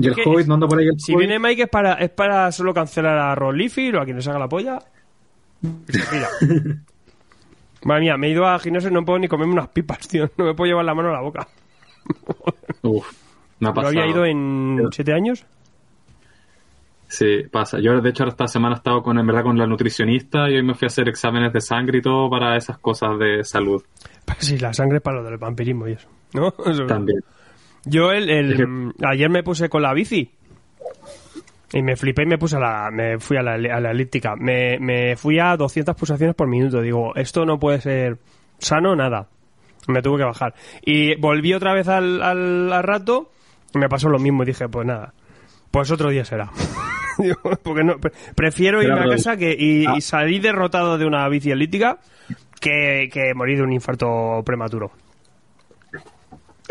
Y el Que- COVID no anda por ahí. El Si COVID. viene Mike es para, es para solo cancelar a Ron Leafy o a quien nos haga la polla. Mira. Madre mía, me he ido a gimnasio y no puedo ni comerme unas pipas, tío. No me puedo llevar la mano a la boca. Uf, me ha ¿Lo pasado. había ido en siete años? Sí, pasa. Yo, de hecho, ahora esta semana he estado con, en verdad con la nutricionista y hoy me fui a hacer exámenes de sangre y todo para esas cosas de salud Pues sí, la sangre es para lo del vampirismo y eso. ¿No? Eso- también. Yo el, el- Es que- mm, ayer me puse con la bici. Y me flipé y me puse a la, me fui a la, a la elíptica. Me, me fui a 200 pulsaciones por minuto. Digo, esto no puede ser sano, nada. Me tuve que bajar. Y volví otra vez al, al, al rato y me pasó lo mismo. Y dije, pues nada, pues otro día será. Digo, Porque no, pre- prefiero irme a Gerardo, casa que, y, ah. y salir derrotado de una bici elíptica que, que morir de un infarto prematuro.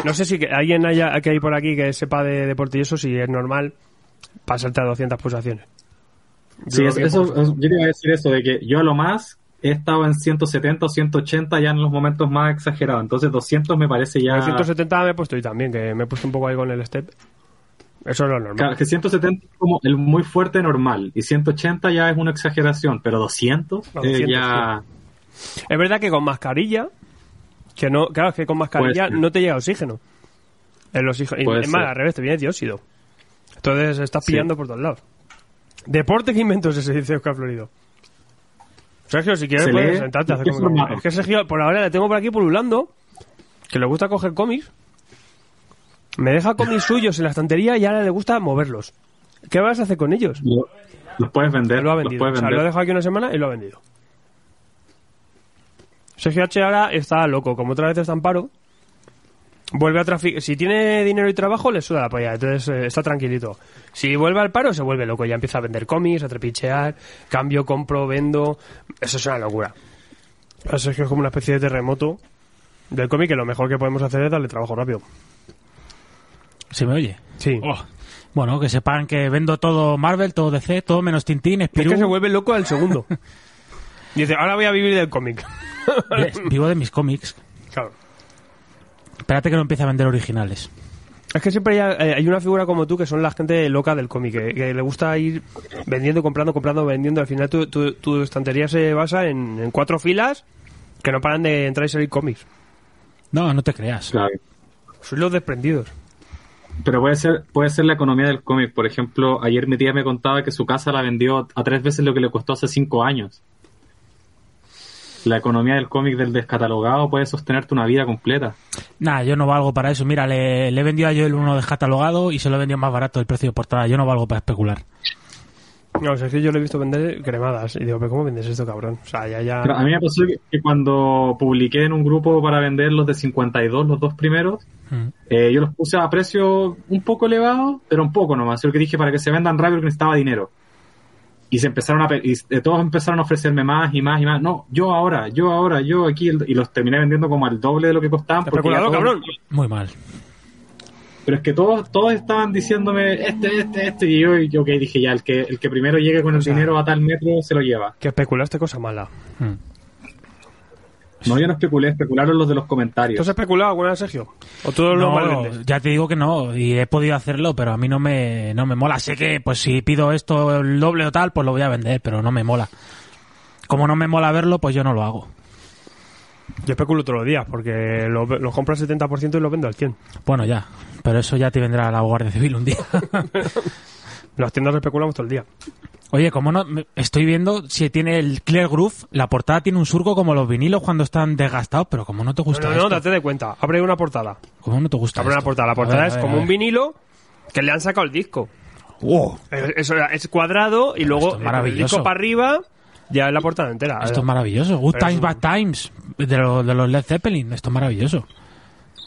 No sé si que alguien haya, que hay por aquí que sepa de deporte y eso, si es normal pasarte a 200 pulsaciones. Sí, Yo es- creo que eso, por- es- yo te iba a decir eso, de que yo a lo más he estado en 170 o 180 ya en los momentos más exagerados. Entonces 200 me parece ya... 170 me he puesto y también, que me he puesto un poco ahí con el step. Eso es lo normal. Claro, que 170 es como el muy fuerte normal y 180 ya es una exageración, pero 200, No, eh, 200, ya... Es verdad que con mascarilla, que no, claro, es que con mascarilla Puede ser. no te llega oxígeno. El oxígeno Puede es más, ser. al revés, te viene dióxido. Entonces estás Sí. pillando por todos lados. Deporte que inventos ese, dice Oscar Florido. Sergio, si quieres Se puedes lee sentarte a hacer cualquier como que- formato. Es que Sergio, por ahora le tengo por aquí pululando, que le gusta coger cómics. Me deja cómics suyos en la estantería y ahora le gusta moverlos. ¿Qué vas a hacer con ellos? lo- Los puedes vender, Lo ha los vendido. puedes O sea, lo ha vender. dejado aquí una semana y lo ha vendido. Sergio H. ahora está loco. Como otra vez está en paro, vuelve a traficar. Si tiene dinero y trabajo, le suda la polla. Entonces eh, está tranquilito. Si vuelve al paro, se vuelve loco. Ya empieza a vender cómics, a trepichear. Cambio, compro, vendo. Eso es una locura. Ahora Sergio es como una especie de terremoto del cómic que lo mejor que podemos hacer es darle trabajo rápido. ¿Se me oye? Sí. Oh. Bueno, que sepan que vendo todo Marvel, todo DC, todo menos Tintín, Es Spirou. que se vuelve loco al segundo. Dice, ahora voy a vivir del cómic. Eh, Vivo de mis cómics. Claro. Espérate que no empiece a vender originales. Es que siempre hay, eh, hay una figura como tú que son la gente loca del cómic, que, que le gusta ir vendiendo, comprando, comprando, vendiendo. Al final tu, tu- tu estantería se basa en, en cuatro filas que no paran de entrar y salir cómics. No, no te creas. Claro. Sois los desprendidos. Pero puede ser, puede ser la economía del cómic. Por ejemplo, ayer mi tía me contaba que su casa la vendió a tres veces lo que le costó hace cinco años. La economía del cómic del descatalogado puede sostenerte una vida completa. Nah, yo no valgo para eso. Mira, le, le he vendido a yo el uno descatalogado y se lo he vendido más barato el precio de portada. Yo no valgo para especular. No, o sea, es que yo lo he visto vender cremadas. Y digo, ¿pero cómo vendes esto, cabrón? O sea, ya, ya. Pero a mí me pasó que, que cuando publiqué en un grupo para vender los de 52, los dos primeros, Mm. eh, yo los puse a precio un poco elevado, pero un poco nomás. Yo lo que dije para que se vendan rápido que necesitaba dinero. Y se empezaron a pe- y eh, todos empezaron a ofrecerme más y más y más. No, yo ahora, yo ahora, yo aquí el- y los terminé vendiendo como al doble de lo que costaban. porque ya Especulador, todos- cabrón. Muy mal. Pero es que todos todos estaban diciéndome este, este, este y yo, y yo, ok, dije ya el que el que primero llegue con el dinero a tal metro se lo lleva. Que especulaste cosa mala. Mm. No, yo no especulé, especularon los de los comentarios. ¿Tú has especulado alguna vez, Sergio? ¿O todos los No, ya te digo que no, y he podido hacerlo, pero a mí no me, no me mola. Sé que pues si pido esto el doble o tal, pues lo voy a vender, pero no me mola. Como no me mola verlo, pues yo no lo hago. Yo especulo todos los días porque los lo compro al 70% y los vendo al 100%. Bueno, ya, pero eso ya te vendrá la Guardia Civil un día. Las tiendas especulamos todo el día. Oye, como no, me- estoy viendo si tiene el Clear Groove, la portada tiene un surco como los vinilos cuando están desgastados, pero como no te gusta No, no, no, esto? date de cuenta. Abre una portada. ¿Cómo no te gusta Cabrón, la esto? portada. La A ver, portada a es ver, como a un ver. vinilo que le han sacado el disco. ¡Wow! Es- Eso era- es cuadrado y luego esto es el maravilloso. disco para arriba ya es la portada entera. Esto es maravilloso. Good Pero es un- Times, Bad Times, de, lo- de los Led Zeppelin. Esto es maravilloso.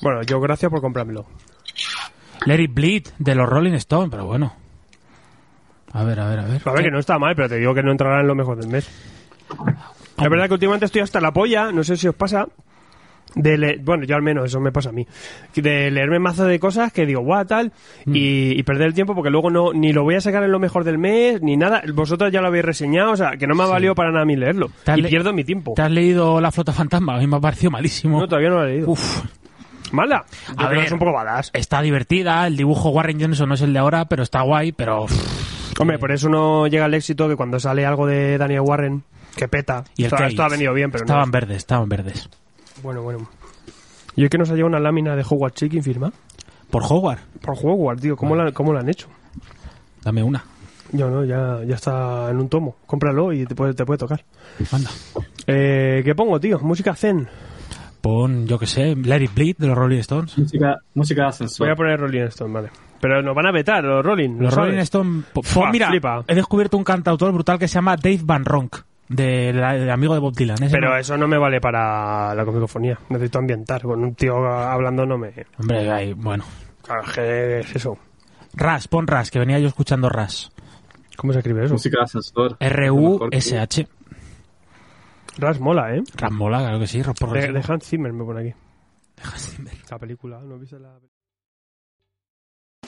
Bueno, yo gracias por comprármelo. Let It Bleed de los Rolling Stones, pero bueno. A ver, a ver, a ver. A ver, que no está mal, pero te digo que no entrará en lo mejor del mes. La verdad que últimamente estoy hasta la polla, no sé si os pasa. De le- bueno, yo al menos, eso me pasa a mí. De leerme mazo de cosas que digo, guau, tal, Mm. y, y perder el tiempo porque luego no ni lo voy a sacar en lo mejor del mes, ni nada. Vosotros ya lo habéis reseñado, o sea, que no me ha valido para nada a mí leerlo. Te has Y le- pierdo mi tiempo. ¿Te has leído La Flota Fantasma? A mí me ha parecido malísimo. No, todavía no lo he leído. Uf, Mala. Yo creo que ver. es un poco badass. está divertida. El dibujo Warren Johnson no es el de ahora, pero está guay. Pero uf, Hombre, por eso no llega el éxito que cuando sale algo de Daniel Warren, que peta. y el esto, Cage. esto ha venido bien, pero estaban no. verdes, estaban verdes. Bueno, bueno. ¿Y es que nos ha llegado una lámina de Hogwarts Chicken firma? Por Howard, Por Hogwarts, tío. ¿Cómo, la, ¿Cómo la han hecho? dame una. Yo no, ya, ya está en un tomo. Cómpralo y te puede, te puede tocar. Manda. Eh, ¿Qué pongo, tío? Música zen. Pon, yo que sé, Let It Bleed de los Rolling Stones. Música, música de Voy ascensor. a poner Rolling Stone, vale. Pero nos van a vetar los Rolling. ¿lo Los sabes? Rolling Stones. po- Fua, pues mira, flipa. he descubierto un cantautor brutal que se llama Dave Van Ronk, del del amigo de Bob Dylan. Ese Pero eh, no- eso no me vale para la comicofonía. Necesito ambientar. Con un tío hablando no me... Hombre, ahí, bueno. Claro, es que es eso. Ras, pon Ras, que venía yo escuchando Ras. ¿Cómo se escribe eso? Música de ascensor. R-U-S-H. Ras mola, ¿eh? Ras mola, claro que sí. Ras por De, Ras. de Hans Zimmer me pone aquí. Deja sin ver. La película, ¿no viste la